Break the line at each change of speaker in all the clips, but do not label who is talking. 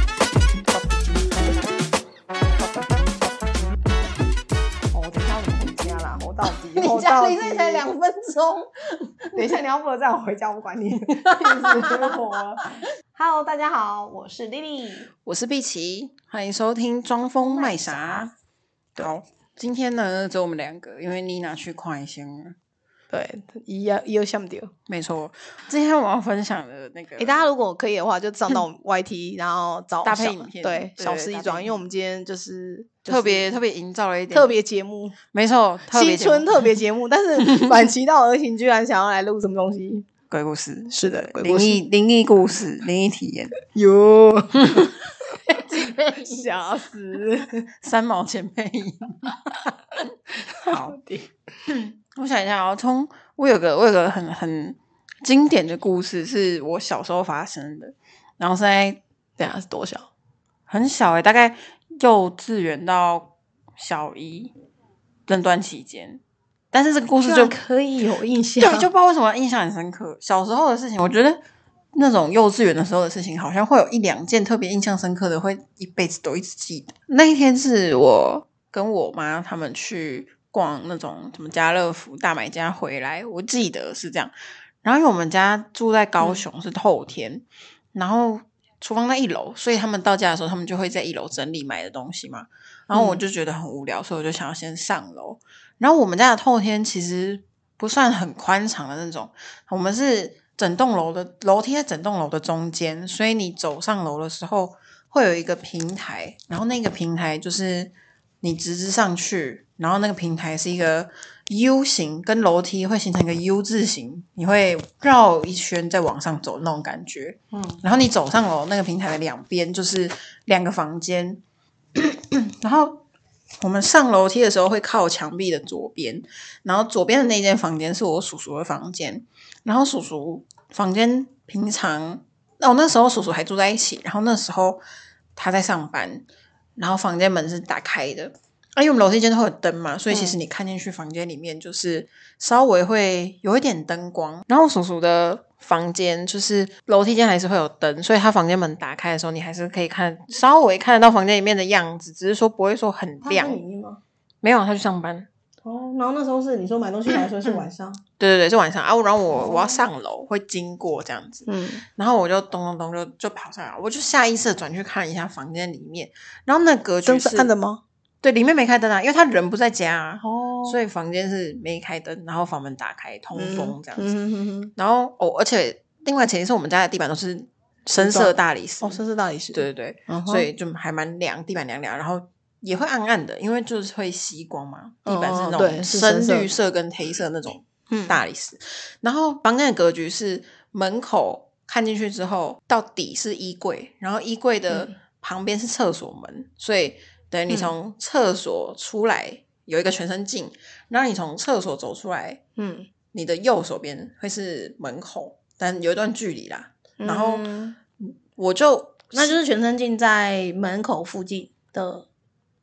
哦
钟。 等一下你要负责载我回家，我不管你，气 死我 Hello，大家好，我是 Lily。
我是碧琪，欢迎收听《装疯卖傻》。好，今天呢只有我们两个，因为妮娜去快先了。
对，一样一又想不丢。
没错，今天我要分享的那个，
诶、大家如果可以的话，就上到我们 YT，然后找
搭配
小
影片
对，
对
小
对
时一
搭配
装，
影
因为我们今天就是、就是
特别特别营造了一点
特，别节目，
没错，特别
新春特别节目，但 是反其道而行，居然想要来录什么东西？
鬼故事、
是的，鬼
灵
故事
异灵异故事、灵异体验。
哟， 吓 死！
三毛钱配音。 好的，我想一下哦，从我有个我有个很很经典的故事，是我小时候发生的，然后是在
等一啊下是多少？
很小欸诶、大概幼稚园到小一这段期间，但是这个故事就
可以有印象
啊
对，就不知道为什么印象很深刻。小时候的事情，我觉得那种幼稚园的时候的事情，好像会有一两件特别印象深刻的，会一辈子都一直记得。那一天是我跟我妈他们去逛那种什么家乐福、大买家回来，我记得是这样。然后因为我们家住在高雄，是后天，然后厨房在一楼，所以他们到家的时候，他们就会在一楼整理买的东西嘛。然后我就觉得很无聊，所以我就想要先上楼。然后我们家的透天其实不算很宽敞的那种，我们是整栋楼的楼梯在整栋楼的中间，所以你走上楼的时候会有一个平台，然后那个平台就是你直直上去，然后那个平台是一个 U 型，跟楼梯会形成一个 U 字形，你会绕一圈再往上走那种感觉。
嗯，
然后你走上楼那个平台的两边就是两个房间， 然后我们上楼梯的时候会靠墙壁的左边，然后左边的那间房间是我叔叔的房间，然后叔叔房间平常，那、我那时候叔叔还住在一起，然后那时候他在上班，然后房间门是打开的。啊，因为我们楼梯间都会有灯嘛，所以其实你看进去房间里面就是稍微会有一点灯光。然后叔叔的房间就是楼梯间还是会有灯，所以他房间门打开的时候，你还是可以看稍微看得到房间里面的样子，只是说不会说很
哦
亮。
面吗？
没有，他去上班。
哦，然后那时候是你说买东西来的时候是晚上，
对对对，是晚上啊。然后我我要
哦
上楼，会经过这样子。
嗯，
然后我就咚咚咚就就跑上来，我就下意识的转去看一下房间里面，然后那格局
灯是
是
暗的，吗？
对，里面没开灯啊，因为他人不在家、啊，
哦
所
以
以房间是没开灯，然后房门打开通风这样子。
嗯嗯嗯，
然后哦，而且另外前提是我们家的地板都是深色大理石，
嗯
哦，绅士大理石，
对对对，
嗯哼，
所以就还蛮凉，地板凉凉，然后。也会暗暗的，因为就是会吸光嘛。地板是那
哦对
种
是
深
深色
绿色跟黑色那种
嗯
大理石。然后房间的格局是门口看进去之后，到底是衣柜，然后衣柜的
嗯
旁边是厕所门，所以等于你从厕所出来、有一个全身镜，然后你从厕所走出来，
嗯，
你的右手边会是门口，但有一段距离啦。然后
嗯
我就
那就是全身镜在门口附近的，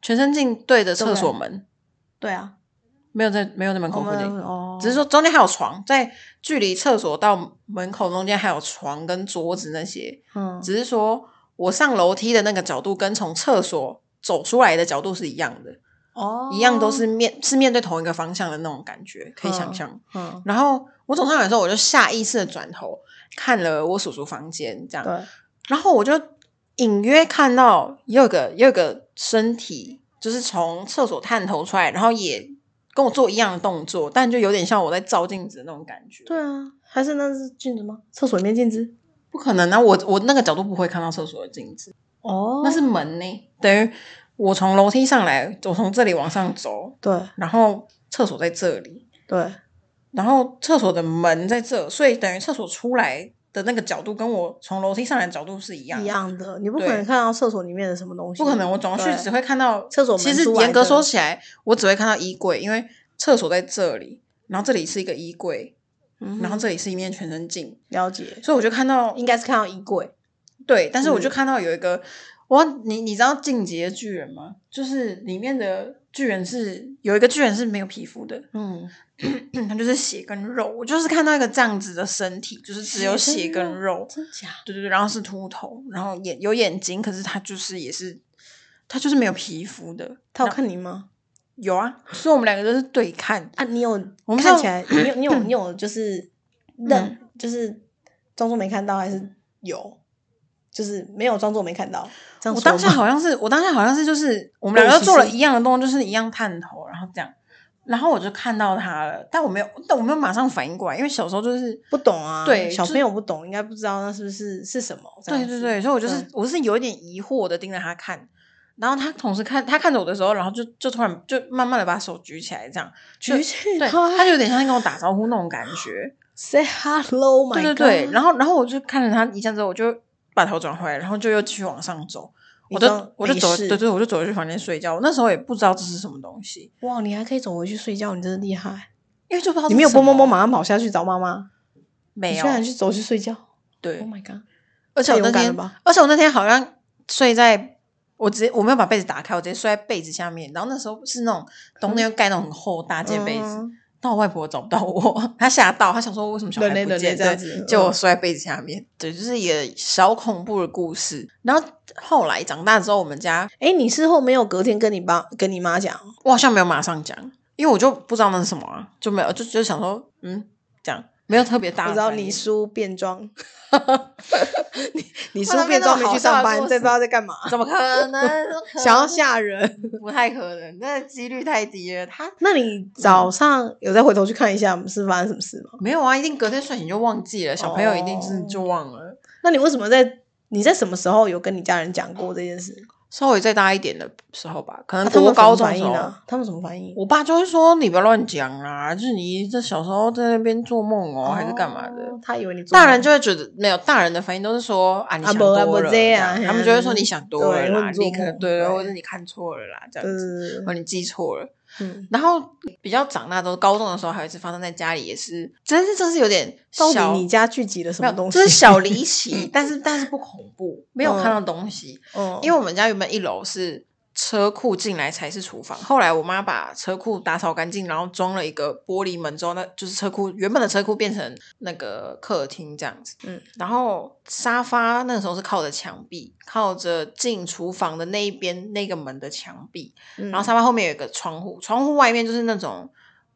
全身镜对着厕
对
所门，
对啊，
没有在没有在门
我
口附
们
近。
哦，
只是说中间还有床，在距离厕所到门口中间还有床跟桌子那些，
嗯，
只是说我上楼梯的那个角度跟从厕所走出来的角度是一样的，
哦
一样都是面是面对同一个方向的那种感觉，可以想
嗯
象。
嗯，
然后我走上来的时候，我就下意识的转头看了我叔叔房间，这样，
对，
然后我就隐约看到也有个也有个身体，就是从厕所探头出来，然后也跟我做一样的动作，但就有点像我在照镜子的那种感觉。
对啊，
还是那是镜子吗？厕所里面镜子？
不可能啊！我我那个角度不会看到厕所的镜子，
哦
那是门呢、等于我从楼梯上来，我从这里往上走，
对
然后厕所在这里，
对，
然后厕所的门在这，所以等于厕所出来的那个角度跟我从楼梯上来的角度是一样的
一样的，你不
对
可能看到厕所里面的什么东西，
不可能，我走上去
嗯对
只会看到
厕所门
其实
出来
严格
的
说起来，我只会看到衣柜，因为厕所在这里，然后这里是一个衣柜，
嗯哼
然后这里是一面全身镜，
了解，
所以我就看到
应该是看到衣柜，
对，但是我就
嗯
看到有一个，我你你知道《进击的巨人》吗？就是里面的巨人是有一个巨人是没有皮肤的，
嗯，
他就是血跟肉。我就是看到一个这样子的身体，就是只有血跟肉，
哎真假？
对对对，然后是秃头，然后眼有眼睛，可是他就是也是他就是没有皮肤的。
他有看你吗？
有啊，所以我们两个就是对看，
啊，你有
我们
看
上
起来，你有 你有你有就是认、就是装作没看到，还是有就是没有装作没看到？这样
我
说
当下
吗
好像是，我当下好像是就是我们
对
两个
其
都做了
实
一样的动作，就是一样探头，然后这样，然后我就看到他了，但我没有，但我没有马上反应过来，因为小时候就是
不懂啊，
对
小
就
朋友不懂，应该不知道那是不是是什么。这
对
样
对
子
对，所以我就是
嗯
我是有一点疑惑的盯着他看，然后他同时看他看着我的时候，然后就就突然就慢慢的把手举起来，这样就
举起
对，
来
他就有点像在跟我打招呼那种感觉，
say hello Oh my
对
god，
对对，然
后
后然后我就看着他一下之后，我就把头转回来，然后就又继续往上走。
你
我
装
就我就
没
走，
事
对对，我就走回去房间睡觉。我那时候也不知道这是什么东西，
哇，你还可以走回去睡觉，你真的厉害！
因为就不知道
你没有
波波
波波
波
波
吗？
马上跑下去找妈妈，
没
你
有
居，然去走去睡觉
对
，Oh，my god！
而且
太
我那
勇敢了
天
吧，
而且我那天好像睡在，我直接我没有把被子打开，我直接睡在被子下面。然后那时候是那种冬天又盖那种很厚大件被子，
嗯
但我外婆找不到我，她吓到，她想说为什么小孩
人类
不
人类
见？
这样
对，
子，
就我
嗯
睡在被子下面，对，就是也小恐怖的故事。然后后来长大之后，我们家
哎，你事后没有隔天跟你爸跟你妈讲，
我好像没有马上讲，因为我就不知道那是什么啊，就没有就就想说，嗯，这样没有特别大
我
的
知道
反应
你叔变 装，你你叔
哇那边
变装
那
没
么
去
好笑
上
的
班，
故
这不知
事
道在干嘛，
怎么可 能？
想要吓人。
不太可能，那几率太低了。他
那你早上有再回头去看一下是发生什么事吗？
没有啊，一定隔天睡醒就忘记了，小朋友一定是
哦
就忘了。
那你为什么在你在什么时候有跟你家人讲过这件事？
稍微再大一点的时候吧，可能
啊他
嗯国
们
高
高
中的
反
时
应
候，
呢？他们什么反应？
我爸就会说你不要乱讲啦，就是你这小时候在那边做梦哦，还是干嘛的
哦？他以为你做
大
梦
人就会觉得没有，大人的反应都是说啊，你
啊
想
不啊
多
不
了，
这样
这
嘿啊
他们就会说你想多了
对或
啦，
者做
你可能
梦
对
对
或者你看错了啦，这
对
样子，
对
或
对对
者你记错了。
嗯，
然后比较长大之后，高中的时候还有一次发生在家里，也是，真是这是有点
到
小
底你家聚集了什
没
么
有
东西？
这是小离奇，但是但是不恐怖，没有看到东西，
嗯，
因为我们家原本一楼是车库进来才是厨房，后来我妈把车库打扫干净，然后装了一个玻璃门之后，那就是车库原本的车库变成那个客厅这样子，
嗯，
然后沙发那时候是靠着墙壁，靠着进厨房的那一边那个门的墙壁，
嗯
然后沙发后面有一个窗户，窗户外面就是那种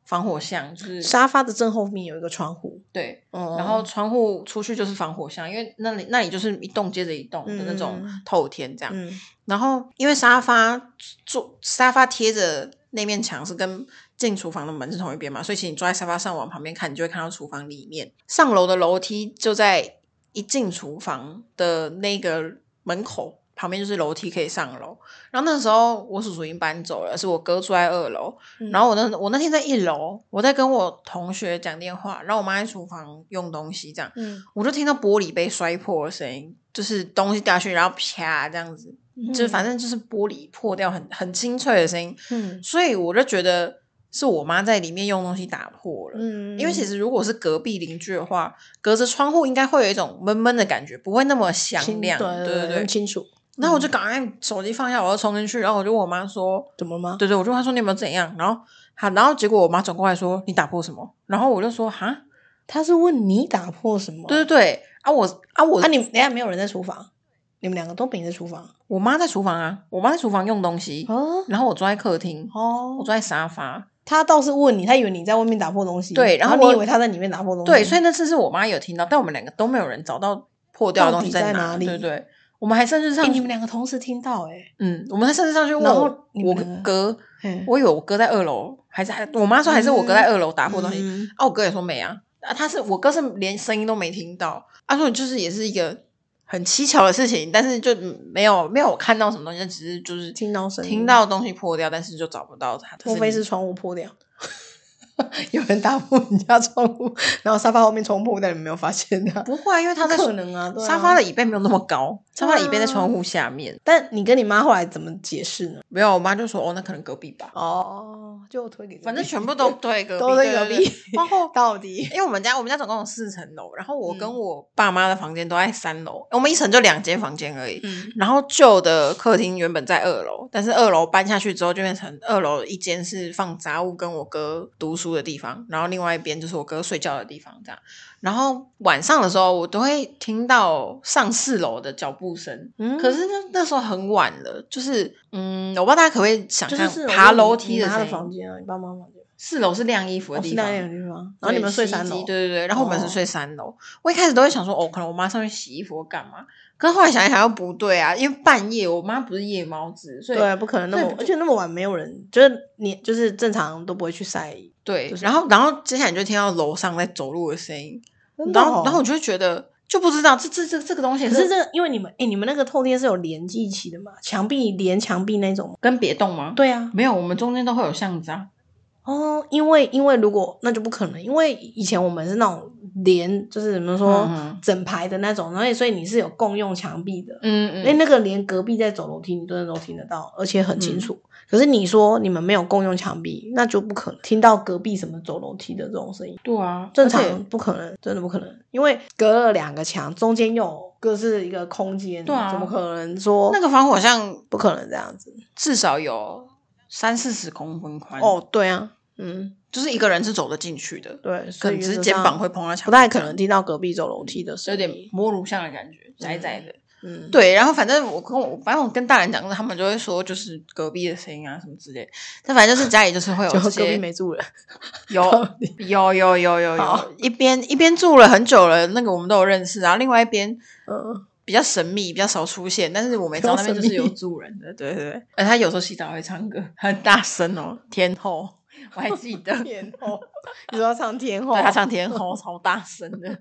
防火巷，就是
沙发的正后面有一个窗户，
对。
哦
嗯然后窗户出去就是防火巷，因为那里那里就是一栋接着一栋的那种
嗯
透天这样。
嗯
然后因为沙发坐沙发贴着那面墙是跟进厨房的门是同一边嘛，所以其实你坐在沙发上往旁边看，你就会看到厨房里面。上楼的楼梯就在一进厨房的那个门口旁边就是楼梯可以上楼。然后那时候我叔叔已经搬走了，是我哥住在二楼，
嗯
然后我那我那天在一楼，我在跟我同学讲电话，然后我妈在厨房用东西，这样
嗯，
我就听到玻璃被摔破的声音，就是东西掉下去，然后啪这样子，就是反正就是玻璃破掉很很清脆的声音，
嗯
所以我就觉得是我妈在里面用东西打破了。
嗯，
因为其实如果是隔壁邻居的话，隔着窗户应该会有一种闷闷的感觉，不会那么响
清
亮。
对嗯
对
对，很清楚，
然后我就赶快手机放下，我要冲进去，然后我就问我妈说：“
怎么了吗？
对对，我就问他说你有没有怎样，然后好，然后结果我妈转过来说你打破什么，然后我就说哈，
他是问你打破什么？
对对对，啊我啊我、
啊，你等一下没有人在厨房，你们两个都没在厨房
我妈在厨房啊，我妈在厨房用东西，
哦
然后我坐在客厅，我
哦，
坐在沙发，
他倒是问你，他以为你在外面打破东西，
对然
然
后
你
我
以为他在里面打破东西，哎
对，所以那次是我妈有听到，但我们两个都没有人找到破掉的
到
东西
底在
哪，
哪里
对对，我们还甚至上
哎，
去，
你们两个同时听到哎，
嗯，我们还甚至上去问
然后
我
你
我
们两个
哥，
嘿
我以为我哥在二楼，还是还我妈说还是我哥在二楼打破东西，
嗯
啊，我哥也说没啊，啊，他是我哥是连声音都没听到，他说就是也是一个很蹊跷的事情，但是就嗯没有没有看到什么东西，只是就是
听到声音
听到东西破掉，但是就找不到他，
莫非是
你
窗户破掉？ 有人打破你家窗户，然后沙发后面窗户破掉，你们没有发现的、
不会啊，因为他在
可能啊，对啊
沙发的，椅背没有那么高，沙发的椅背在
对啊
窗户下面，
但你跟你妈后来怎么解释呢？
没有，我妈就说哦，那可能隔壁吧，
哦，就推给，
反正全部 都对隔壁，
都在
对
隔
对对
壁，
包括
到底，
因为我们家我们家总共有四层楼，然后我跟
嗯
我爸妈的房间都在三楼，我们一层就两间房间而已。
嗯
然后旧的客厅原本在二楼，但是二楼搬下去之后就变成二楼一间是放杂物跟我哥读书书的地方，然后另外一边就是我哥睡觉的地方，这样。然后晚上的时候，我都会听到上四楼的脚步声，
嗯
可是那那时候很晚了，就是嗯，我不知道大家可不可以想
就是
象
是
爬楼梯
的
的
他
声
房
音。
间啊，你爸妈房间，哦
四楼是晾衣服的
我是
地
那
方，
两个地方，然后你们
对
睡
洗衣
三
机
楼，
对对对，然后我们
哦
是睡三楼。我一开始都会想说，哦，可能我妈上去洗衣服或干嘛，可是后来想一想又不对啊，因为半夜我妈不是夜猫子，所以
对，不可能那
对
么，而且那么晚没有人，就是你就是正常都不会去晒，
对
就是
然后然后接下来你就听到楼上在走路的声音，
真的
然后
哦
然后我就会觉得就不知道这这这这个东西
可是这个因为你们哎、你们那个透天是有连一起的嘛，墙壁连墙壁那种吗，
跟别动吗？，
对啊，
没有，我们中间都会有巷子啊。
哦，因为因为如果那就不可能，因为以前我们是那种连，就是怎么说、
嗯嗯
整排的那种，然后所以你是有共用墙壁的，
嗯
哎、
嗯，
那个连隔壁在走楼梯，你真的都听得到，而且很清楚。可是你说你们没有共用墙壁，那就不可能听到隔壁什么走楼梯的这种声音，
对啊，
正
而且
常不可能，真的不可能，因为隔了两个墙，中间又各是一个空间，
对啊
怎么可能说
那个房好像
不可能这样子？
至少有三四十公分宽，
哦，对啊，嗯，
就是一个人是走得进去的，
对，所
可
以
能只是
原则
肩
上
膀会碰到墙，啊
不太可能，听到隔壁走楼梯的声
有
音，
点摸乳像的感觉，窄窄的。
嗯，
对，然后反正我跟我反正我跟大人讲过，他们就会说就是隔壁的声音啊什么之类的，但反正就是家里就是会有
就
这
隔壁
些
没 住人，
有有有有有
好
有一边一边住了很久了，那个我们都有认识，然啊后另外一边
嗯，
比较神秘，比较少出现，但是我们也知道那边就是有住人的，对对对，而他有时候洗澡还会唱歌，很大声哦，天后，我还记 得，
天后，你说要唱天后，啊
对他唱天后超大声的。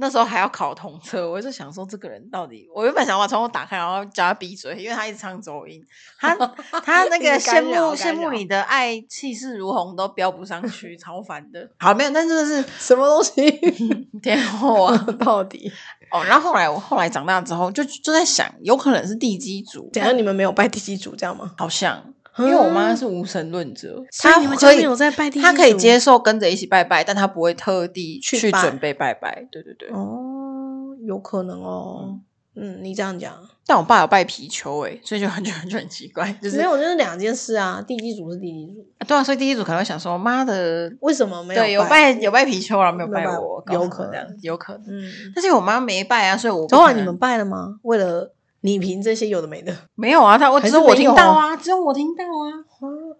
那时候还要考统测，我就想说这个人到底，我原本想把窗户打开，然后叫他闭嘴，因为他一直唱走音， 他他那
一
个
直
羡
干
慕
扰
羡
干
慕
扰
你的爱气势如虹都飙不上去，超烦的。 好，没有，但真的
什么东西？
是天后啊，
到底
哦，然后后来我后来长大之后，就就在想，有可能是地基组，
怎样？你们没有拜地基主这样吗？
好像，因
嗯
为我妈是无神论者，
所以
她
你们家
可以
没有在拜地
她
基
可以
主
接受跟着一起拜拜，但她不会特地
去
去
拜
准备拜拜。对对对，
哦，有可能哦。嗯，你这样讲，
但我爸有拜貔貅诶，所以就很 就很就很奇怪，就是
没有，就是两件事啊。地基主是地基主，
啊对啊，所以第一组可能会想说，妈的，
为什么没有？
对有拜有拜貔貅，然后没有
没有
拜
拜
我
我，
搞
有
什么
可
这样
能
子有可能。
嗯，
但是我妈没拜啊，所以我不
昨
可
晚你
能
们拜了吗？为了你凭这些有的没的，
没有啊？她我
还
只
是
有我
没有
听到啊，只有我听到啊。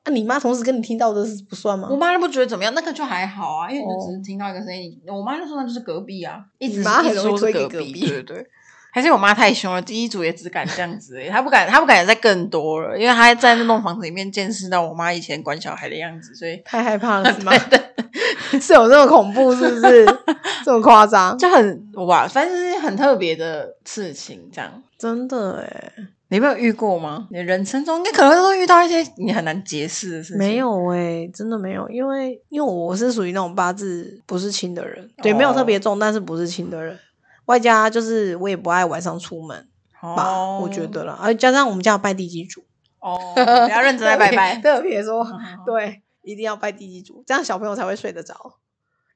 啊，你妈同时跟你听到的是不算吗
我？妈都不觉得怎么样，那个就还好啊，因为你就
嗯哦
只是听到一个声音。我妈就说那就是隔壁啊，一直
你妈
一
很
直
容易
说是
推给
隔
隔壁
对对对。还是我妈太凶了，第一组也只敢这样子而已，她不敢，她不敢再更多了，因为她在那栋房子里面见识到我妈以前管小孩的样子，所以
太害怕
啊
了是吗？ 是有这么恐怖是不 是？这么夸张？
就很哇，反正就是很特别的事情。这样，
真的哎，
你没有遇过吗？你人生中应该可能会遇到一些你很难解释的事情。
没，有哎，真的没有，因为因为我是属于那种八字不是轻的人，对，没有特
哦
别重，但是不是轻的人。外加就是我也不爱晚上出门，吧，
哦，
我觉得啦，而加上我们家有拜地基主，
哦，不要认 真来拜拜。嗯
特别说
好好好
对，一定要拜地基主，这样小朋友才会睡得着，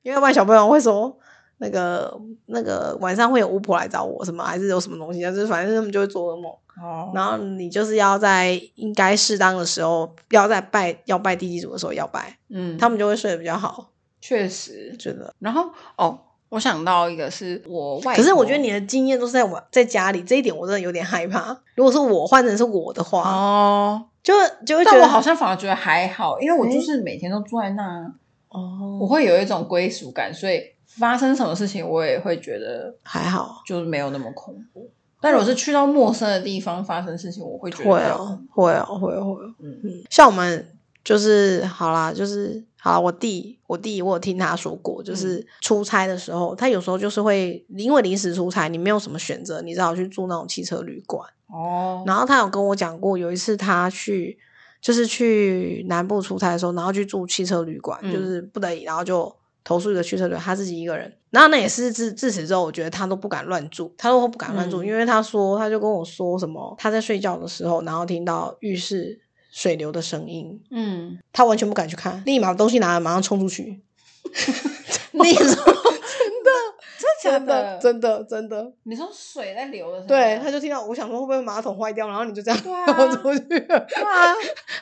因为要不然小朋友会说那个那个晚上会有巫婆来找我什么，还是有什么东西，就是反正他们就会做噩梦。
哦，
然后你就是要在应该适当的时候，要在拜要拜地基主的时候要拜，
嗯，
他们就会睡得比较好，
确实，
觉得。
然后哦，我想到一个是我外婆，
可是我觉得你的经验都是在我在家里，这一点我真的有点害怕。如果是我换成是我的话，
哦，
就就会觉
但
得
我好像反而觉得还好，因为我就是每天都住在那啊，
哦，
我会有一种归属感，所以发生什么事情我也会觉得
还好，
就是没有那么恐怖。但如果是去到陌生的地方发生事情，我会觉得
会
比较
哦
恐，
会哦，会哦会哦。
怖。嗯，
嗯，像我们就是好啦，就是好啦，我弟，我弟，我有听他说过，
嗯
就是出差的时候，他有时候就是会因为临时出差，你没有什么选择，你只好去住那种汽车旅馆。
哦，
然后他有跟我讲过，有一次他去就是去南部出差的时候，然后去住汽车旅馆，就
嗯
是不得已，然后就投诉一个汽车旅馆，他自己一个人。然后那也是自自此之后，我觉得他都不敢乱住，他都不敢乱住，
嗯
因为他说他就跟我说什么，他在睡觉的时候，然后听到浴室水流的声音，
嗯，
他完全不敢去看，立马把东西拿了，马上冲出去。
你 说真的，真
的，真的，真的，
你说水在流的声音
对，
吗，
他就听到，我想说会不会马桶坏掉，然后你就这样
对啊
冲出去
对
了，
啊，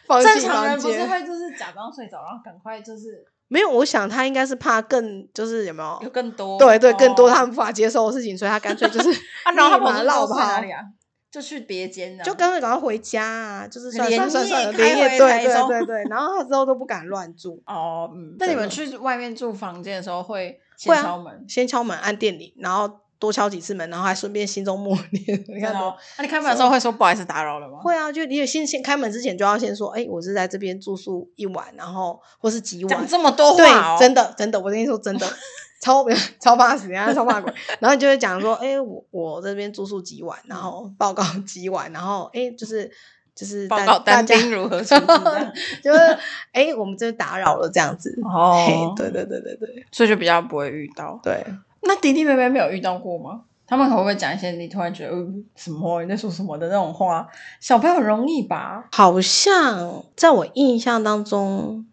放
正
弃
常
房
人不是
间。
会就是假装睡着，然后赶快就是
没有，我想他应该是怕更就是有没有？
有更多
哦对对，更多
哦
他们无法接受的事情，所以他干脆就是
啊，然后他
立马
跑去
绕
住在哪
跑
里啊？就去别间了，
就干脆赶快回家啊！就是算
连
算算
夜
算了，
开
连夜
回
对
台
对
中
对对，然后他之后都不敢乱住，
哦，嗯。那你们去外面住房间的时候会先
会啊
敲门？
先敲门按电铃，然后多敲几次门，然后还顺便心中默念，你看
真的
多
哦。那你开门的时候会说不好意思打扰了吗？
会啊，就你也先先开门之前就要先说，哎、我是在这边住宿一晚，然后或是几晚
讲，这么多
对
话哦，，
真的真的，我跟你说真 的，超 超怕死，人家超怕鬼。然后你就会讲说，哎、我我这边住宿几晚，然后报告几晚，然后哎、就是就是
报
大
告
大
单
家
兵如何处置这 样？
就是哎、我们这打扰了这样子。嘿
哦，
对对对对对
所以就比较不会遇到。
对，
那弟弟妹妹没有遇到过吗？他们会不会讲一些你突然觉得、呃、什么你在说什么的那种话？小朋友容易吧？
好像在我印象当中。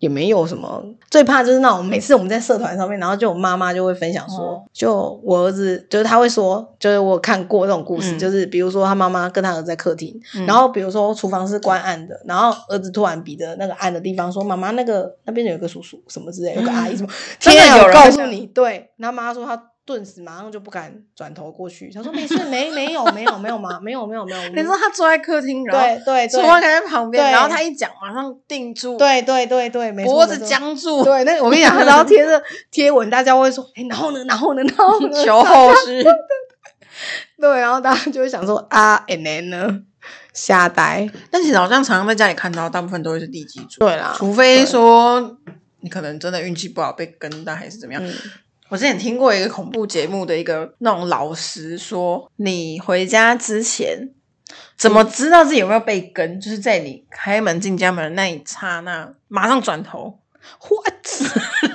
也没有什么，最怕就是那种每次我们在社团上面，然后就有妈妈就会分享说，
哦
就我儿子，就是他会说，就是我有看过那种故事，
嗯
就是比如说他妈妈跟他儿子在客厅，然后比如说厨房是关暗的，然后儿子突然比着那个暗的地方说：“妈妈，那个那边有一个叔叔什么之类，有个阿姨什么。”
嗯真的
天啊
有
我
人
告
会
诉
这样
你，对。然后妈妈说她顿时马上就不敢转头过去，她说：“没事，没没有没有没有妈，没有没有没有。我们”
你说他坐在客厅，然后
对对
厨房
对
在旁边，
对
然后他一讲，马上定住，，
对对对对，没错
脖子。
没错
僵住，
对，那个我跟你讲，然后贴着贴文，大家会说：“哎，然后呢？然后呢？然后呢？”
求后续。
对，然后大家就会想说：“啊，and then 呢？瞎呆。
但其实好像常常在家里看到，大部分都会是地基”主，
对啦，
除非说你可能真的运气不好被跟到，还是怎么样。
嗯，
我之前听过一个恐怖节目的一个那种老师说，你回家之前怎么知道自己有没有被跟？就是在你开门进家门的那一刹那，马上转头。
what？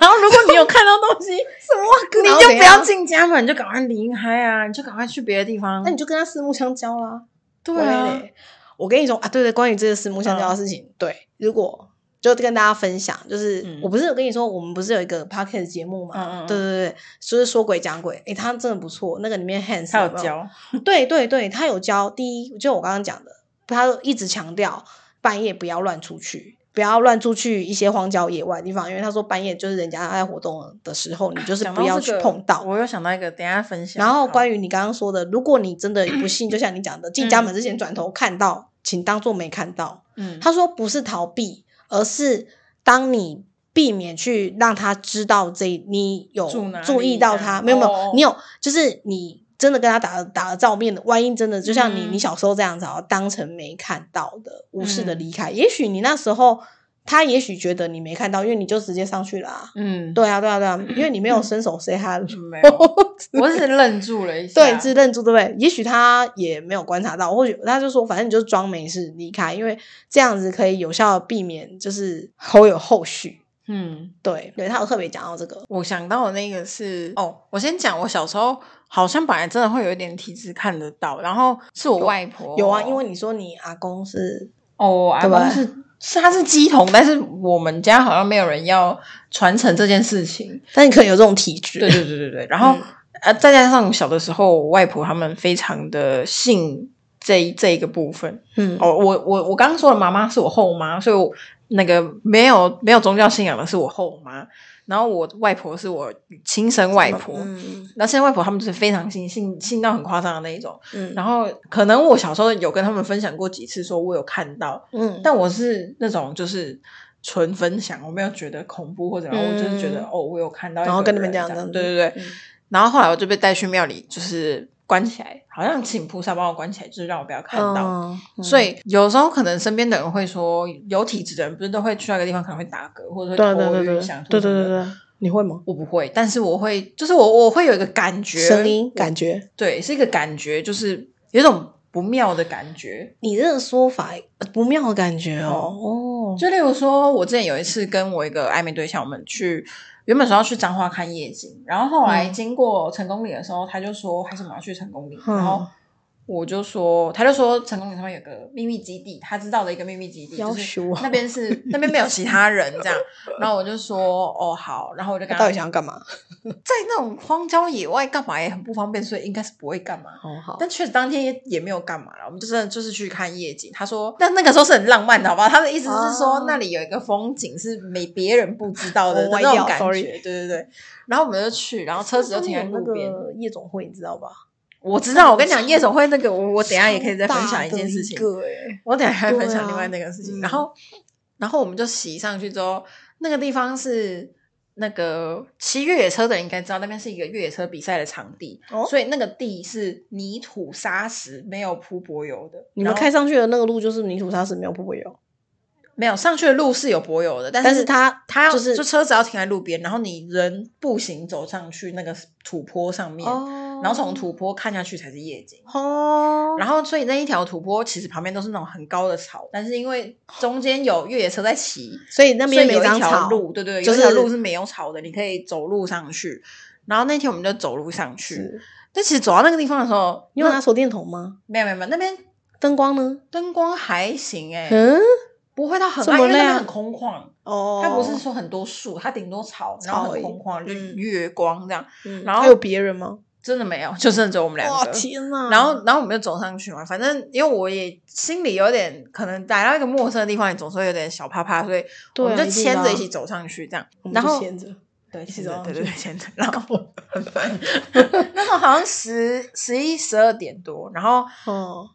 然后如果你有看到东西，
什么？
你
然后
就
怎
不
样
要进家门，你就赶快离开啊！你就赶快去别的地方
那。你就跟他四目相交啦。
对啊，嗯
嘞，我跟你说啊，对对，关于这个四目相交的事情，对，如果就跟大家分享，就是、
嗯
我不是有跟你说，我们不是有一个 podcast 节目嘛？
嗯嗯嗯
对对对，就是说鬼讲鬼，诶，他真的不错，那个里面 hands
他有
没
教，
对对对，他有教。第一，就我刚刚讲的，他一直强调半夜不要乱出去，不要乱出去一些荒郊野外的地方，因为他说半夜就是人家在活动的时候，你就是
啊讲
不要
这
去
个
碰到。
我又想到一个，等一下分享。
然后
于
关于你刚刚说的，如果你 真的不幸，就像你讲的，进家门之前转头看到，请当做没看到。
嗯，
他说不是逃避，而是当你避免去让他知道这你有
住哪里
注意到他，
啊
没有没有，
哦
你有就是你。真的跟他打了打了照面的，万一真的就像你、
嗯
你小时候这样子，啊，当成没看到的，无视的
嗯
离开。也许你那时候他也许觉得你没看到，因为你就直接上去了、啊。
嗯，
对啊，对啊，对啊，因为你没有伸手 say hello，
没有， 我只是愣住了一下。
对，自认住，对不对？也许他也没有观察到，或许他就说，反正你就装没事离开，因为这样子可以有效地避免就是后有后续。
嗯。
对，对他有特别讲到这个，
我想到的那个是哦，我先讲，我小时候好像本来真的会有一点体质看得到，然后是我外婆
有啊，因为你说你阿公是，
哦，我阿
对吧
公是是他是鸡童，但是我们家好像没有人要传承这件事情。
但你可能有这种体质，
对对对对对，然后、
嗯
呃，再加上小的时候，我外婆他们非常的信这一这一个部分。
嗯，
哦，我我我刚刚说的妈妈是我后妈，所以我那个没有没有宗教信仰的是我后妈，然后我外婆是我亲生外婆。
嗯
那现在外婆他们就是非常信信信到很夸张的那一种，
嗯，
然后可能我小时候有跟他们分享过几次，说我有看到，
嗯，
但我是那种就是纯分享，我没有觉得恐怖或者，然后我就是觉得
嗯
哦，我有看到一个人，
然后跟你们
讲
讲，
对对对，
嗯
然后后来我就被带去庙里，就是关起来，好像请菩萨帮我关起来，就是让我不要看到。
到，嗯
所以有时候可能身边的人会说，有体质的人不是都会去那个地方可能会打嗝，或者会
对啊对
头
对
晕
对
想
对
吐
对对
什么
对啊
的，
对，你会吗？
我不会，但是我会，就是我我会有一个感觉，
声音感觉，
对，是一个感觉，就是有一种不妙的感觉。
你这个说法呃不妙的感觉哦，哦，
就例如说，我之前有一次跟我一个暧昧对象，我们去原本说要去彰化看夜景，然后后来
嗯
经过成功岭的时候，他就说还是我们要去成功岭，
嗯
然后我就说，他就说成功岭上面有个秘密基地，他知道的一个秘密基地，
要
就是
求啊
那边是那边没有其他人这样。然后我就说哦好，然后我就跟
他
他
到底想要干嘛？
在那种荒郊野外干嘛也很不方便，所以应该是不会干嘛。
好好，
但确实当天也也没有干嘛了，我们就真的就是去看夜景。他说，那那个时候是很浪漫的，好吧？他的意思是说、
哦
那里有一个风景是没别人不知道的
我
那
歪掉
种感觉，
sorry
对对对。然后我们就去，然后车子就停在路边。
那个夜总会，你知道吧？
我知道，我跟你讲，夜总会那个，我我等一下也可以再分享
一
件事情。
个欸
我等一下还分
对
享
啊
另外那个事情。
嗯
然后，然后我们就骑上去之后，那个地方是那个骑越野车的人应该知道，那边是一个越野车比赛的场地，
哦
所以那个地是泥土沙石，没有铺柏油的。
你们
然后
开上去的那个路就是泥土沙石，没有瀑布油，
没有上去的路是有柏油的，但是
但是它
它
就
就是就车子要停在路边，然后你人步行走上去那个土坡上面，
哦
然后从土坡看下去才是夜景。
哦，
然后，所以那一条土坡其实旁边都是那种很高的草，但是因为中间有越野车在骑，
所以那
所
边
以
没
有一
长
条
草，
路，对对，
就
有一
是
条路是没有草的，你可以走路上去。然后那天我们就走路上去，
是
但其实走到那个地方的时候，
你有拿手电筒吗？
没有没有没有，那边
灯光呢？
灯光还行哎、
嗯，
不会到很
这
暗，
么
因为那边
亮
很空旷，
哦，
它不是说很多树，它顶多草，然后
草而
很
已
空旷，就
嗯
月光这样，
嗯，
然后
还有别人吗？
真的没有，就剩只有我们两
哇
个。
天啊哪！
然后，然后我们就走上去嘛。反正因为我也心里有点，可能来到一个陌生的地方，你总是会有点小怕怕，所以
对
我
啊
们就
一定
牵
的
着
啊
一起走上去，这样。
我们
然
就
后嗯
牵着
对，
一
牵
起走
着
上
对
去
对对，牵着， 然后很烦。 那时候好像十十一十二点多，然后
哦，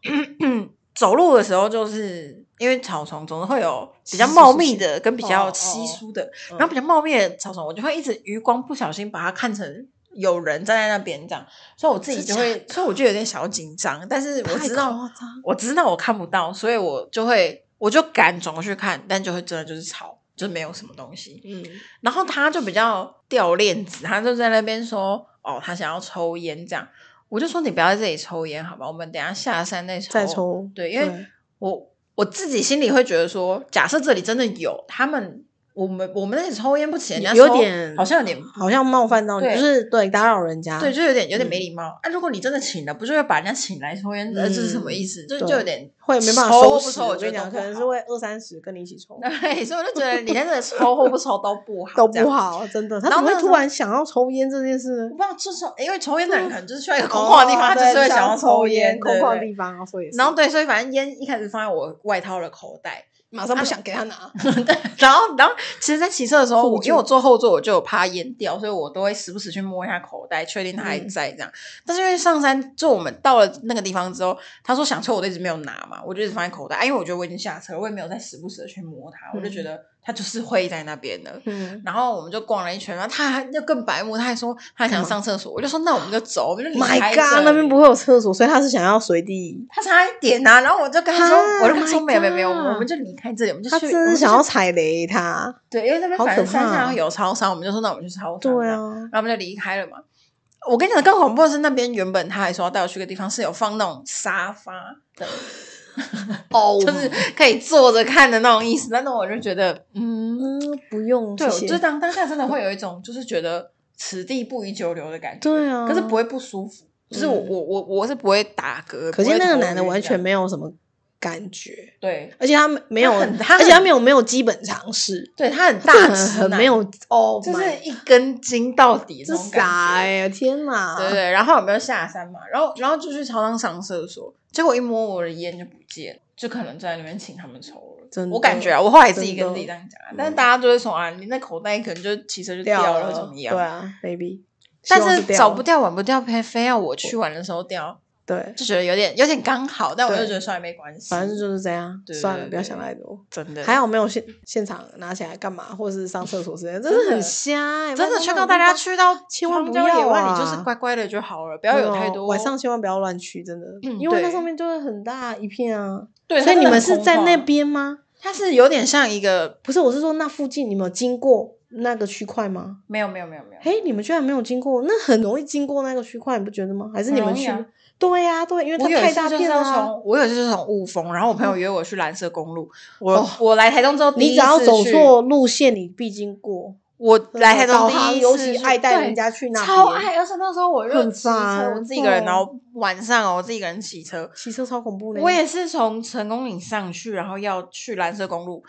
走路的时候，就是因为草丛总是会有比较
稀疏
茂密的跟比
哦
较
哦
稀
哦
疏的，
嗯
然后比较茂密的草丛，我就会一直余光不小心把它看成。有人站在那边这样，所以我自己
是
就
假
会，所以我就有点小紧张。但是我
嗯太
知道
夸张
我知道我看不到，所以我就会我就敢转过去看，但就会真的就是草，就没有什么东西。
嗯，
然后他就比较掉链子，他就在那边说：“哦，他想要抽烟这样。”我就说：“你不要在这里抽烟，好吧？我们等一下下山再抽。”
再。抽，
对，因为
对
我我自己心里会觉得说，假设这里真的有他们，我们我们那里抽烟不起，人家
有
抽
点
好像有点
好像冒犯到你，
对
就是对打扰人家，
对，就有点有点没
嗯
礼貌、啊！如果你真的请了，不就会把人家请来抽烟？呃，这是什么
嗯
意思？就
对
就有点
会没办法
抽
收
不
拾。
抽我
我
觉
跟你
得都
讲，
不
可能是
好
会二三十跟你一起抽，
对，所以我就觉得你在这里抽或不抽都不好，
都
这样
不。好，真的。他
然
怎
后
么
那时
会突
候
然想要抽烟这件事
我
呢？哦
不知道，就是因为抽烟 的人可能就是需要一个 空旷的地方，他就是
对
会
想
要
抽
烟，
空旷的
方。
地方啊，所以
然后对，所以反正烟一开始放在我外套的口袋，
马上
啊
不想给他拿，
然后然后其实，在骑车的时候，
护
我
住
因为我坐后座，我就有怕烟掉，所以我都会时不时去摸一下口袋，确定它
嗯
还在这样。但是因为上山，就我们到了那个地方之后，他说想抽，我都一直没有拿嘛，我就一直放在口袋，啊因为我觉得我已经下车了，我也没有再时不时的去摸它，我就觉得它就是会在那边的。
嗯，
然后我们就逛了一圈，然后他还就更白目，他还说他还想
干嘛
上厕所，我就说那我们就走，我们就 离
My
开
God，
这
那边
里
不会有厕所，所以他是想要随地，
他差一点啊，然后我就跟他说，
啊
我就跟他说
My
没有没有没有，
God
我们就离开这里，我们就
他
去，
真
我
的
们
是
就
想要
去
踩雷他。
对，因为那边
好
反正
可
山
怕啊
上有超商，我们就说那我们去超商，
对
这
啊
样，然后我们就离开了嘛。我跟你讲，更恐怖的是那边原本他还说要带我去个地方是有放那种沙发的，
哦
就是可以坐着看的那种意思，但是我就觉得嗯。
嗯，不用，
对，我
谢
就
谢。
当当下真的会有一种就是觉得此地不宜久留的感觉，
对啊
可是不会不舒服，就是我
嗯
我我我是不会打嗝，
可
不会
是那个
头
男的
晕
完
这
全
样
没有什么感觉，
对
而且他没没有，
很他
而且他
很
没有没有基本常识，
对，他很
他这
大
个人
直
很
男
没，有哦，
就是一根筋到底
这
那种感
傻
觉
哎、呀，天哪！
对对，然后有没有下山嘛？然后然后就去超商上厕所，结果一摸我的烟就不见了，就可能在那边请他们抽了。
真的
我感觉啊，我后来自己
真的
跟
嗯
自己这样讲啊，但是大家就会说啊，你那口袋可能就骑车就
掉
掉了，怎么样？
对啊，maybe，希望
但
是
是
掉
找
了
不掉、晚不掉，非非要我去玩的时候掉，
对，
就觉得有点有点刚好，但我就
对
觉得算了没关系，
反正就是这样，
对对
算
对
了，不要
对
想太多。
真的
还
有
好没有现现场拿起来干嘛，或是上厕所之类的，真
真
的很
的
瞎、欸。
真的
拜托
劝告
那种
大
地
家
方
去到
千万
荒
不
郊野
要
外，你
啊
就是乖乖的就好了，不要有太
没
多
晚上千万不要乱去，真的，
嗯
因为那
对
上面就会很大一片啊。
对，
所以
它
你
真的
们
很
是
空
在那
旷，
边吗？
它是有点像一个
不是，我是说那附近你们有经过那个区块吗？
没有没有没有没有，
嘿，你们居然没有经过，那很容易经过那个区块，你不觉得吗？还是
很
你们
容易
去？
啊
对呀、对，因为它
我有一
太
次
大
就是
片
要
了、啊哦
从，我有一次就是从雾峰，然后我朋友约
哦
我去蓝色公路，我我来台中之后，
你只要走，错路线，你必经过。呃
我来台东
导航
第一
尤
次
其
是
爱带
对
人家去那
超
边
爱，而且那时候我又
很
骑车，我
烦
自己一个人，
对
然后晚上哦，我自己一个人骑车，
骑车超恐怖的。
我也是从成功岭上去，然后要去蓝色公路，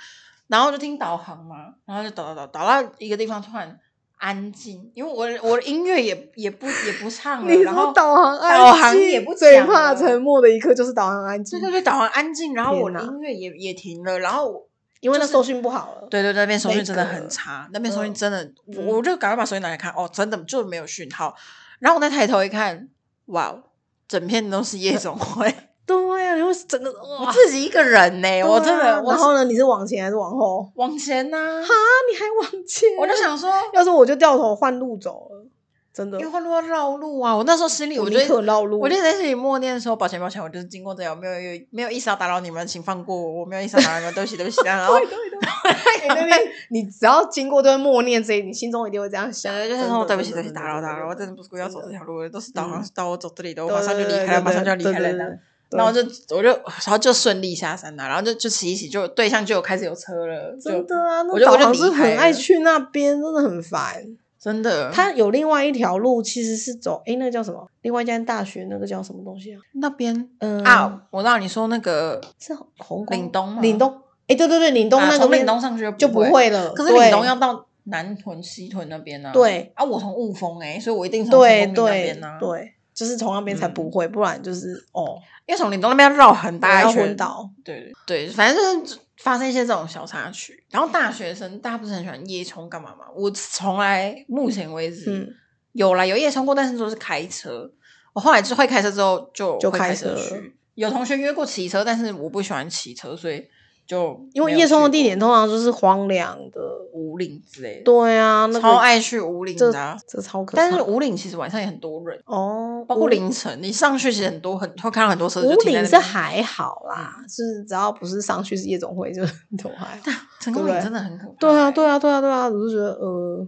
然后就听导航嘛，然后就导导导导到一个地方，突然安静，因为我的我的音乐也也不也不唱了，
你
然后
说导航安静，
导航也不
最
讲
怕
了
沉默的一刻就是导航安静
对，对对，导航安静，然后
天
我的
哪
音乐也也停了，然后我
因为那收讯不好了。
对对对，那边收讯真的
没
很
辙
差，那边收讯
嗯
真的，我
嗯
我就赶快把手机拿来看，哦，真的就没有讯号。然后我再抬头一看，哇哦，整片都是夜总会，
对 啊，你会整个
我
哇，
自己一个人呢、我
对
真
啊
的，我
然后呢，你是往前还是往后？
往前呐、
啊，你还往前？
我就，想说，
要是我就掉头换路走了，真的
因为，换路要绕路啊，我那时候心里我
我
就
宁可绕路。
我就在心里默念说：“抱歉，抱歉，我就是经过这里，我没有没有没有意识到打扰你们，请放过我，我没有意识到打扰你们，对不起，对不 起。”然后
对对对，哎那边你只要经过都会默念这，你心中一定会这样想
对，，就
真
是
的
说对不起，
真
对不
的
起，
真的
打扰打扰，我真
真
的不是故意要走
真
这
的
条路的，都是导航
嗯
导我走这里的，
的
我马上就离
对对
开了，
对
马上就要离
对
开
对
了
对
的。
对
然后就我就然后就顺利下山了，然后就就骑一骑，就对象就有开始有车了，就
真的啊，那
我就
导
我就
航是
离开
很爱
了嗯
去那边，真的很烦。
真的，
它有另外一条路，其实是走诶，那个叫什么？另外一间大学那个叫什么东西啊？
那边
嗯
啊，我让你说那个
是红
岭东吗
岭东，哎，对对对，岭东
啊
那个
从
边
岭东上去
就
不
不
会
会了。
可是岭东
对
要到南屯、西屯那边呢、啊。
对
啊，我从雾峰哎、所以我一定从成功
对
岭那
对
边呢、啊。，
对，就是从那边才不会，不然就是哦，
因为从岭东那边要绕很大
大家
一
昏
圈。
倒。
对对，反正就是发生一些这种小插曲。然后大学生大家不是很喜欢夜冲干嘛嘛？我从来目前为止、
嗯
有啦有夜冲过，但是都是开车。我后来就会开车之后就
就
会
开
开车
车
去。有同学约过骑车，但是我不喜欢骑车，所以就
因为
没有
夜冲的
去
地
过
点通常就是荒凉的，
五岭之类的，
对啊，那个
超爱去五岭
这
的啊、
这超可怕。
但是五岭其实晚上也很多人，
哦，
包括
五
凌晨，你上去其实很多很会看到很多车就
五
停在
岭
那
是
边嗯
还好啦，是只要不是上去是夜总会就 都还好。
成功
对
岭
不对
真的很可怕、欸
对啊，对啊，对啊，对啊，我就觉得呃，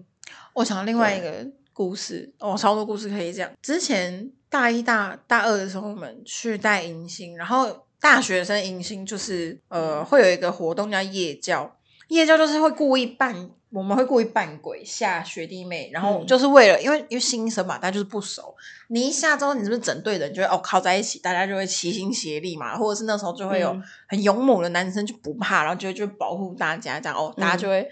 我想到另外一个故事，哦，超多故事可以讲。之前大一大大二的时候，我们去带迎新，然后大学生迎新就是
嗯
呃会有一个活动叫夜教，夜教就是会故意扮。我们会故意扮鬼吓学弟妹，然后
嗯
就是为了，因为因为新生嘛，大家就是不熟。你一下之后，你是不是整队的人就会哦靠在一起，大家就会齐心协力嘛，或者是那时候就会有
嗯
很勇猛的男生就不怕，然后就就保护大家这样哦，大家
嗯
就会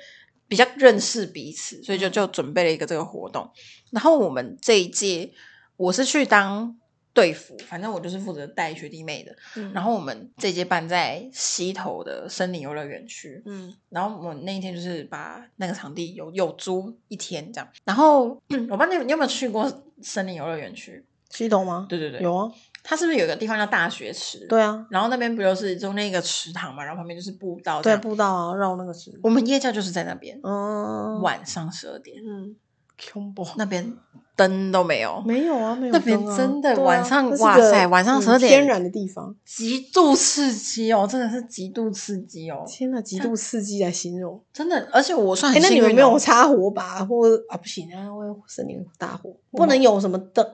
比较认识彼此，所以就就准备了一个这个活动。然后我们这一届我是去当队服，反正我就是负责带学弟妹的。
嗯
然后我们这一届办在西头的森林游乐园区，
嗯
然后我那一天就是把那个场地有有租一天这样。然后 我不知道你有你有没有去过森林游乐园区？
西头吗？
对对对，
有啊，
它是不是有一个地方叫大学池？
对啊，
然后那边不就是中间一个池塘嘛，然后旁边就是步道这
对
样。
步道啊，绕那个石，
我们夜教就是在那边，
嗯，
晚上十二点，
嗯，combo
那边灯都没有，
没有啊，没有
那边
灯啊
真的
对啊
晚上
那是
哇
个
塞晚上
嗯
12点
天然的地方，
极度刺激哦，真的是极度刺激哦，
天哪，极度刺激来形容。
真的。而且我算
哎
很，
那
幸
你
运、哦
们没有插火把或啊？不行啊，会森林大火，不能有什么灯，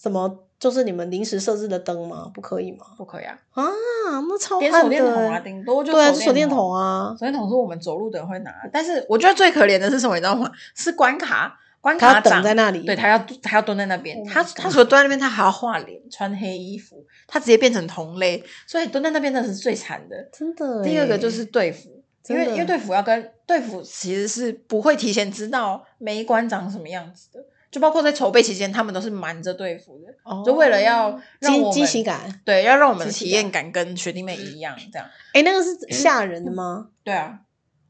什么就是你们临时设置的灯吗？不可以吗？
不可以啊，
啊，那超
点
暗
手
的
电筒啊，
欸。
顶多就
对啊，就
手
手电筒
筒。
啊，
手电筒是我们走路的人会拿，但是我觉得最可怜的是什么，你知道吗？是关卡，关
他
卡
要
长
等在那里。
对他要他要蹲在那边
Oh my
他
God
他除了蹲在那边，他还要画脸，穿黑衣服，他直接变成同类，所以蹲在那边那是最惨的。
真的欸。
第二个就是队服，因为
真的
因为队服要跟队服其实是不会提前知道每一关长什么样子的，就包括在筹备期间，他们都是瞒着队服的，
哦
就为了要让我
惊
们
惊喜感。
对，要让我们的
自己
体
的
验感嗯跟学弟妹一样，这样
哎，那个是吓人的吗？
对啊。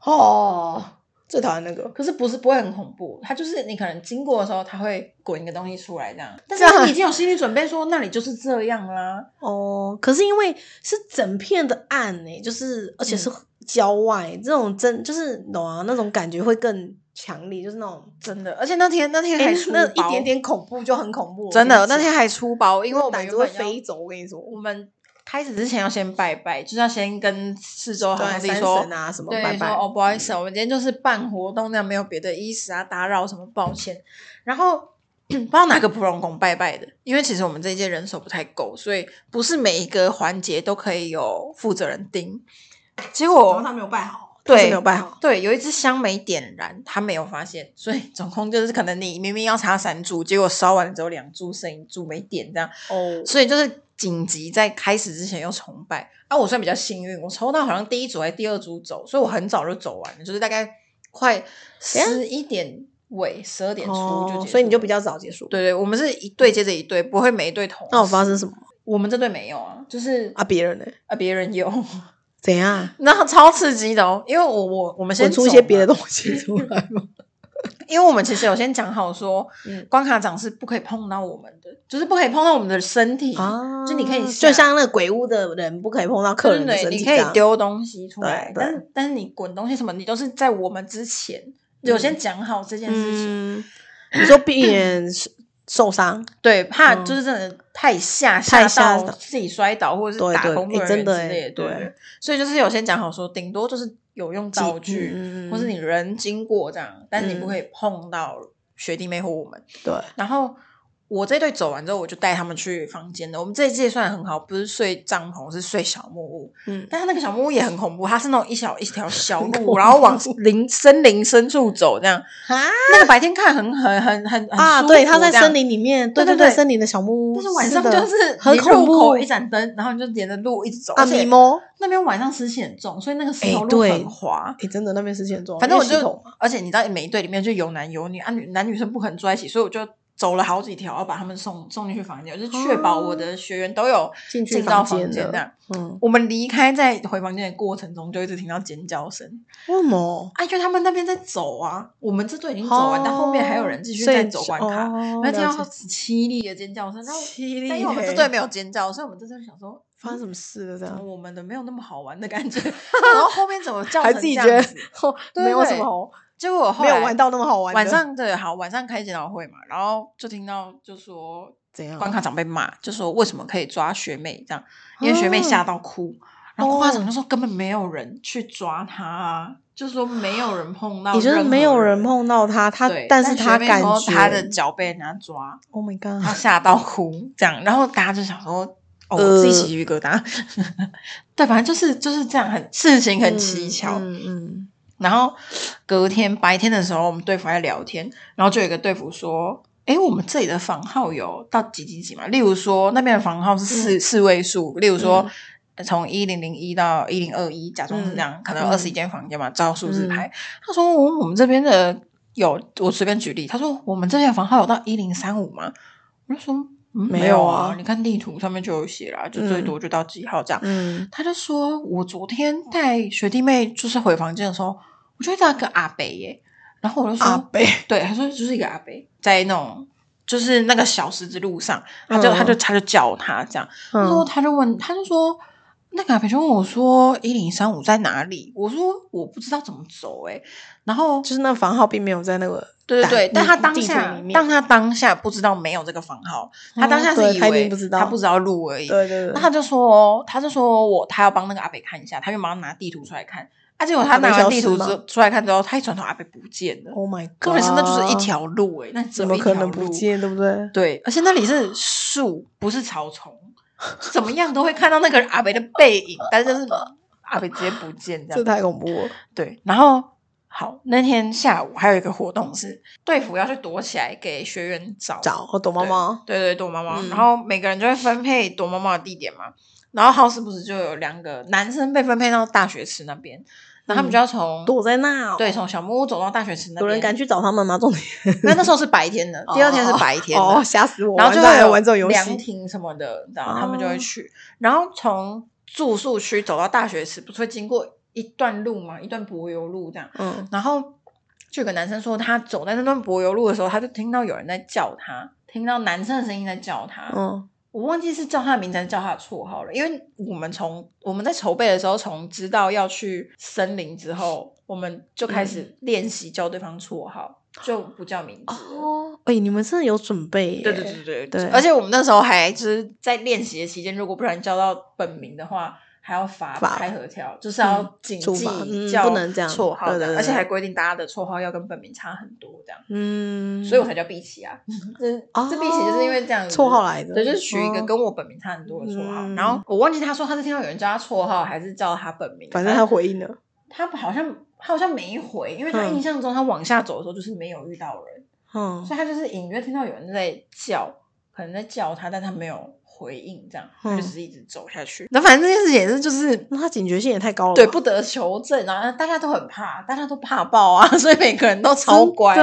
哦，最讨厌那个。
可是不是不会很恐怖，它就是你可能经过的时候，它会滚一个东西出来这样，但
这
是
样
你已经有心理准备说那里就是这样啦，
哦，可是因为是整片的暗诶、就是而且
嗯
是郊外，这种真就是你懂啊，那种感觉会更强烈，就是那种
真的，而且那天那天还
哎
出包，
那那一点点恐怖就很恐怖了。
真的
我跟
那
你
天
讲
还出包，因为我们
胆
原
子会
本要
飞走，我跟你说，
我们开始之前要先拜拜，就是要先跟四周好兄
对
弟
山
说
神。啊什么
对，
拜
说
拜，
哦，不好意思，我们今天就是办活动，那没有别的意思啊，打扰什么，抱歉。然后 不知道哪个普龙宫拜拜的，因为其实我们这一届人手不太够，所以不是每一个环节都可以有负责人盯。结
然后
果
哦他没有拜好，是
对
没有拜好。
对，有一支香没点燃，他没有发现，所以总共就是可能你明明要插三柱，结果烧完了只有两柱剩一柱没点，这样，
哦，
所以就是紧急在开始之前又重拜。啊，我算比较幸运，我抽到好像第一组还是第二组走，所以我很早就走完了，就是大概快
下
十一点尾，十二点出就结束了、
哦，所以你就比较早结束。
对对，我们是一对接着一对，不会每一对同时。
那我发生什么
我们这对没有啊，就是
啊？别人呢？
啊别人 有，
怎样？
然后超刺激的哦，因为我我我们先
滚出一些
走
别
嘛
的东西出来 吗？
因为我们其实有先讲好说，
嗯
关卡长是不可以碰到我们的，就是不可以碰到我们的身体，
啊
就你可以
就
下
像那个鬼屋的人不可以碰到客
对
人的
对对，
身体
你
这
可
样，
以丢东西出来，
对对
但是但是你滚东西什么，你都是在我们之前有先讲好这件事情，
嗯，你说避免受受伤，
对，怕
嗯
就是真的太吓
太吓
到
到
自己摔倒或者
对
是打
对
工作
诶
人
真
员
的
之类的，
诶
对，
对
所以就是有先讲好说，顶多就是有用道具，
嗯嗯嗯
或是你人经过这样，但是你不
嗯
可以碰到学弟妹或我们。
对，
然后我这队走完之后，我就带他们去房间了。我们这一届算很好，不是睡帐篷，是睡小木屋。
嗯，
但他那个小木屋也很恐怖，它是那种一小一条小
恐
路，
怖
然后往林森林深处走，这样。
啊
那个白天看很很很很很
啊，
舒
对，
服
他在
这样
森，林里面，
对
对
对对
对，森林的小木屋，
但是晚上就
的
是
很
你
恐
路口
怖
一盏灯，然后你就沿着路一直走。
啊，
而且
迷蒙，
那边晚上湿气很重，所以那个石
哎
头路
对
很滑。
哎，真的那边是严重，
反正我
因为系
就
统嘛，
而且你知道每一队里面就有男有女啊，女男女生不可能住在一起，所以我就走了好几条，要把他们送送进去房间，我就确保我的学员都有
进去
进到
房
房
间
间
了
这样。
嗯，
我们离开在回房间的过程中，就一直听到尖叫声，
为什么？
啊，因为他们那边在走啊，我们这队已经走完，但后面还有人
哦
继续在走关卡，
然
然后听到凄厉的尖叫声，然后
凄厉，
但因为我们这队没有尖叫，所以我们这队想说。
发生什么事了，这
怎么
样
我们的没有那么好玩的感 觉，然后后面怎么叫
还
成
自己
这
觉得
样 子？对
没有什
对
么好，
结果后
没有
来
玩到那么好玩的，
晚上对，好，晚上开检讨会嘛，然后就听到就说
怎样
关卡长被骂，就说为什么可以抓学妹这样，因为学
啊
妹吓到哭，然后
哦
关卡长就说根本没有人去抓她啊，就说没有人碰到，
也就是没有人。碰到他，他
对，
但
但
是他
学妹
感
说
觉
她的脚被人家抓，
，Oh my
她
god，
吓到哭这样，然后大家就想说，哦，
呃
自己起鸡皮疙瘩。 对，反正就是就是这样，很事情很蹊跷。
嗯嗯，
然后隔天白天的时候，我们队服还在聊天，然后就有一个队服说：“诶，我们这里的房号有到几几几嘛？例如说那边的房号
嗯
是四、四位数，例如说、呃从一零零一到一零二一，假装是这样，可能
嗯
二十一间房间嘛，照数字排。他说：“嗯我我们这边的有，我随便举例。”他说：“我们这边的房号有到一零三五吗？”我就说：“嗯、
没
有
有啊
你看地图上面就有写啦，就最多就到几号这样。
嗯
他就说，我昨天带学弟妹就是回房间的时候，我就遇到一个阿北耶，然后我就说，
阿北
对，他说就是一个阿北，在那种就是那个小石子路上，他就、
嗯
他就他就叫他这样，他说
嗯，
他就问他就说。那个阿北就问我说：“一零三五在哪里？”我说：“我不知道怎么走。”哎，然后
就是那房号并没有在那个
对对对，
打
但他
地
当
地
下
图里，面
但他当下不知道没有这个房号，他当下
哦对
是以
他一定
为
不知道
他不知道路而已。
对对
那
对，
他就说，他就说我他要帮那个阿北看一下，他就马上拿地图出来看。啊，结果他
阿北
拿完
消
地
失
图
吗
之出来看之后，他一转头阿北不见了，
Oh my god，
根本是那就是一，条路哎、那只
怎
有
么
一
可
条
能不
路？
见，对不对？
对，而且那里是树，不是草丛，怎么样都会看到那个阿北的背影，但是就是阿北直接不见这
这
样。
太恐怖了，
对，然后好，那天下午还有一个活动是队服要去躲起来给学员找
找哦我躲猫猫，
对对，躲猫猫，
嗯
然后每个人就会分配躲猫猫的地点嘛。然后 house 不是就有两个男生被分配到大学池那边，然后他们就要从、
嗯躲在那哦，
对从小木屋走到大学池那边。
有人敢去找他们吗？重点，
那那时候是白天的，第二天是白天的。
哦，吓死我！
然后就
晚上
会
还
有
玩这种游
凉
戏，
亭什么的，然后他们就
哦
会去。然后从住宿区走到大学池，不是会经过一段路吗？一段柏油路这样。
嗯，
然后就有个男生说，他走在那段柏油路的时候，他就听到有人在叫他，听到男生的声音在叫他。
嗯，
我忘记是叫他的名字还是叫他的绰号了，因为我们从我们在筹备的时候，从知道要去森林之后，我们就开始
嗯
练习叫对方绰号，就不叫名字了。
哦，哎，你们真的有准备耶？
对对对对
对
而且我们那时候还就是在练习的期间，如果不然叫到本名的话，还要罚
罚
开合跳，就是要
嗯
谨
处罚
记
嗯
叫
不能这样
绰号
对
的，
对对
而且还规定大家的绰号要跟本名差很多这样，
嗯，
所以我才叫碧琪啊。 这
哦
这碧琪就是因为这样子
绰号来的，
对，就是取一个
哦
跟我本名差很多的绰号。
嗯
然后我忘记他说他是听到有人叫他绰号，还是叫他本名。
反正他回应了，
他好像他好像没回，因为他
嗯
印象中他往下走的时候就是没有遇到人，
嗯
所以他就是隐约听到有人在叫，可能在叫他，但他没有回应，这样他就
嗯
只是一直走下去。那反正这件事情也是就是。
那他警觉性也太高了吧，
对，不得求证啊！大家都很怕，大家都怕爆啊， 所以每个人都超乖。
对，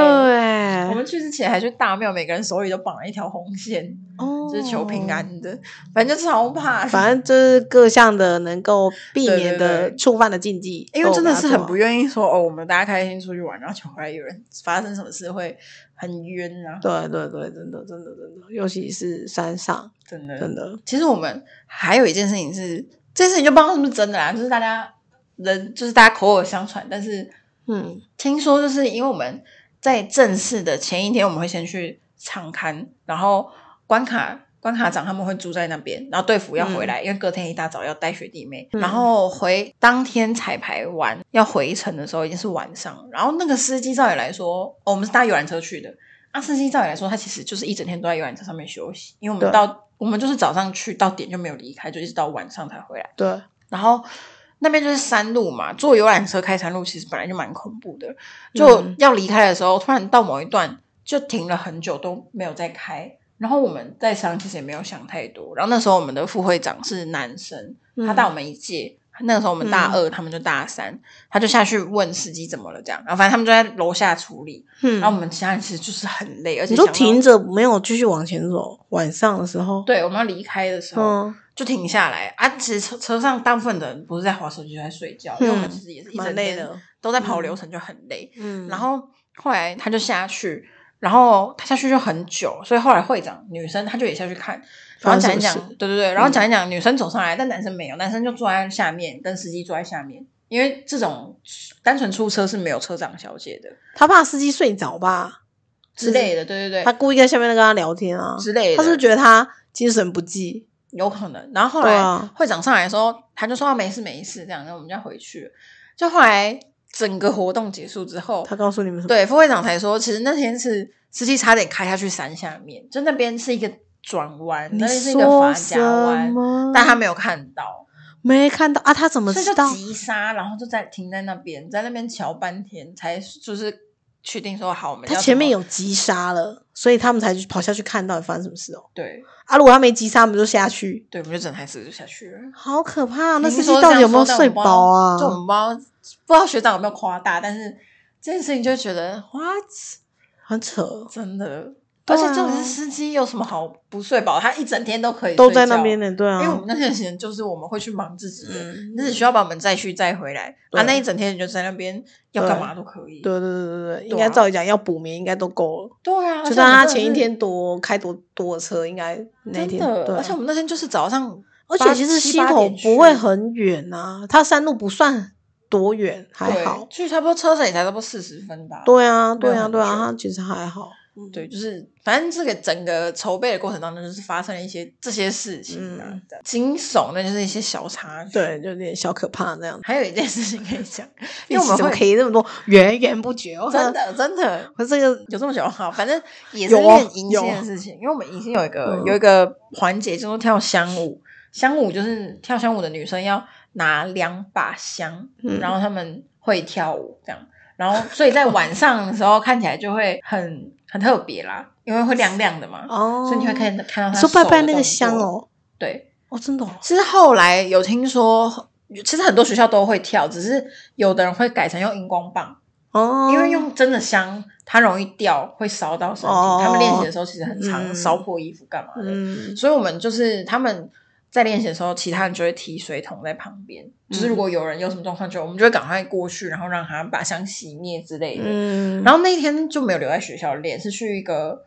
我们去之前还去大庙，每个人手里都绑了一条红线，
哦
就是求平。安的。哦反正就超怕，
反正就是各项的能够避
对对
免的
对
触犯的禁忌，
因为真的是很不
愿
愿意说哦，我们大家开心出去玩，然后求回来有人发生什么事会很冤啊，
对对对，真的真的真的，尤其是山上，
真的。
真的，
其实我们还有一件事情是，这件事情就不知道是不是真的啦，就是大家人就是大家口耳相传，但是
嗯
听说就是因为我们在正式的前一天，我们会先去场刊，然后关卡关卡长他们会住在那边，然后队服要回来，因为隔天一大早要带学弟妹，
嗯
然后回当天彩排完要回程的时候已经是晚上，然后那个司机照理来说，哦、我们是搭游览车去的，那、司机照理来说他其实就是一整天都在游览车上面休息，因为我们
对
到我们就是早上去到点就没有离开，就一直到晚上才回来。
对，
然后那边就是山路嘛，坐游览车开山路其实本来就蛮恐怖的。就
嗯
要离开的时候，突然到某一段就停了很久都没有再开。然后我们在想，其实也没有想太多。然后那时候我们的副会长是男生，他
嗯
大我们一届。那个时候我们大二，他们就大三，他就下去问司机怎么了，这样。然后反正他们就在楼下处理。
嗯
然后我们其他人其实就是很累，而且
你说
想要
停，着没有继续往前走，晚上的时候，，
对，我们要离开的时候，
嗯，
就停下来啊！其实车车上大部分的人不是在划手机，就在睡觉，因为我们其实也是一整
嗯蛮累
天
的，
都在跑流程，就很累。
嗯，
然后后来他就下去，然后他下去就很久，所以后来会长女生她就也下去看，然后
发生
讲一
什么
讲
事，嗯
对对对，然后讲一讲，女生走上来，但男生没有，男生就坐在下面，跟司机坐在下面，因为这种单纯出车是没有车长小姐的
他怕司机睡着吧，
之类的，对对
他
对，
故意跟下面那个跟他聊天啊，
之类的，
他是不是觉得他精神不济，
有可能。然后后
对
来、
啊
会长上来的时候，他就说、啊、没事没事这样，然后我们就要回去了。就后来整个活动结束之后，
他告诉你们什么？
对副会长才说，其实那天是司机差点开下去山下面，就那边是一个转弯，
你
那边是一个
说
法
什
夹弯，
么？
但他没有看到，
没看到啊，他怎么
所以就
知道？
急刹，然后就在停在那边，在那边瞧半天，才就是确定说好我们
他
要
前面
怎么
有急刹了，所以他们才去跑下去看到底发生什么事哦。
对
啊，如果他没急刹，我们就下去，
对，我们就整台车就下去了。
好可怕、啊那
听
司机
说
到
这样
底有没有
说但
睡
我不知道
饱啊？
就我们不知道，不知道学长有没有夸大，但是这件事情就觉得 what
很扯，
真的，
对
而
啊
且重点是司机有什么好不睡饱？他一整天都可以
都
睡
在
觉
那边。呢，对
因
啊。
为我们那段时间就是我们会去忙自己的，
嗯
那只需要把我们再去再回来。
对
啊，那一整天你就在那边要干嘛都可以。
对对对对对，应
对
该
啊
照理讲要补眠，应该都够了。
对啊，
就
而且
算
我们
他
真的
前一
是
天多开多多的车，应该那
真
天
的，
对啊
而且我们那天就是早上
而
八
且其实
七
溪
八
口
点去
不会很远啊，它山路不算多远，还
对
好。
去差不多车程也才差不多四十分吧。
对啊，对
没有
啊，
很
对啊，
久
它其实还好。嗯
对，就是反正这个整个筹备的过程当中，就是发生了一些这些事情啊
嗯，
这样惊悚那就是一些小插曲。，
对，就有点小可怕这样。
还有一件事情可以讲，因 为
因为
我
我
们
们
会
可以那么多源源不绝，我
真，的真的
我这个
有这么久哈，反正也是
有哦
练迎新
有
的事情，因为我们迎新有一个、
嗯
有一个环节叫做跳香舞，香舞就是跳香舞的女生要拿两把香，
嗯
然后她们会跳舞这样，然后所以在晚上的时候看起来就会很很特别啦，因为会亮亮的嘛。
哦，
所以你会看看到
你
他
说拜拜
手的动
那个
作
香。哦，
对，
哦，真的哦，
其实后来有听说，其实很多学校都会跳，只是有的人会改成用荧光棒，
哦，
因为用真的香它容易掉，会烧到身体。
哦
他们练习的时候其实很常
嗯
烧破衣服干嘛的，
嗯
所以我们就是他们。在练习的时候，其他人就会提水桶在旁边，就是
嗯
如果有人有什么状况，就我们就会赶快过去，然后让他把香熄灭之类的。
嗯，
然后那一天就没有留在学校练，是去一个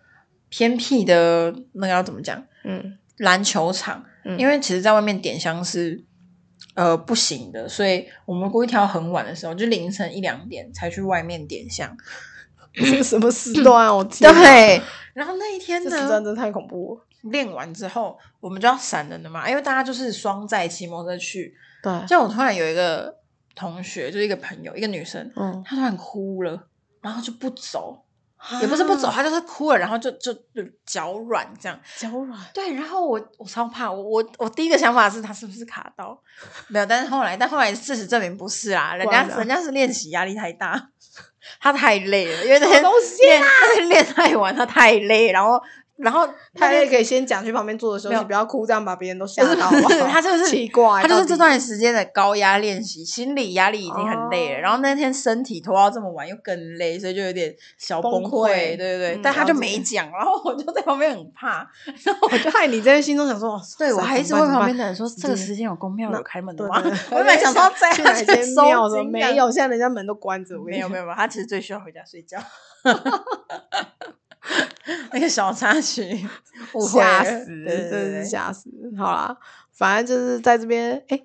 偏僻的那个要怎么讲？
嗯
篮球场，
嗯
因为其实在外面点香是呃不行的，所以我们故意挑很晚的时候，就凌晨一两点才去外面点香。
这嗯 什么时段 啊？我天哪，
对，然后那一天
这时段真
呢，
的太恐怖了。
练完之后我们就要闪人了嘛，因为大家就是双载骑摩托车去。
对，
像我突然有一个同学，就是一个朋友，一个女生，
嗯，
她突然哭了，然后就不走，
啊
也不是不 走，他就是哭了，然后就就就脚软这样。
脚 软，
对，然后我我超怕，我我我第一个想法是他是不是卡到，没有，但是后来但后来事实证明不是啦，人家
不然呢
人家是练习压力太大， 他太累了，因为那天
什么东西
练那天练太晚，他太累，然后然后
他
他
也可以先讲去旁边坐着休
没
息，
有
不要哭，这样把别人都吓
不是
到。
不
好
是
不好
他就是
奇怪，
他就是
到
这
底
段时间的高压练习，心理压力已经很累了，
哦
然后那天身体拖到这么晚又更累，所以就有点小
崩
崩
溃
对对对，
嗯
但他
了
就
解
没讲，然后我就在旁边很怕，然后我就。
害你在心中想说，哇
对，我
塞
还一直
怎么
问
办
旁边的人说：“
怎么办
这个时间有公庙
那
有开门
对
的吗？”
对对啊
我本来想说在
去哪
他
间
收
庙的，
金
没
的
有，现在人家门都关 着。我跟你
没有没
有，
有没有，他其实最需要回家睡觉。 那个小插曲，误会
吓
了
死，
对对
真
对
是
对，
吓死。好啦，反正就是在这边，哎，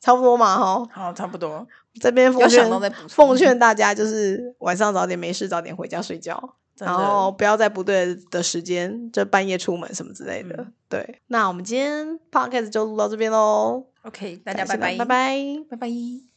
差不多嘛哈。
好，差不多。
这边奉
有想
劝
到再补充
奉劝大家，就是晚上早点没事，早点回家睡觉，
真
然
的
后不要在不对的时间，就半夜出门什么之类的。
嗯
对，那我们今天 podcast 就录到这边喽，
OK，大家
感
拜
谢
拜，
拜拜。
拜拜。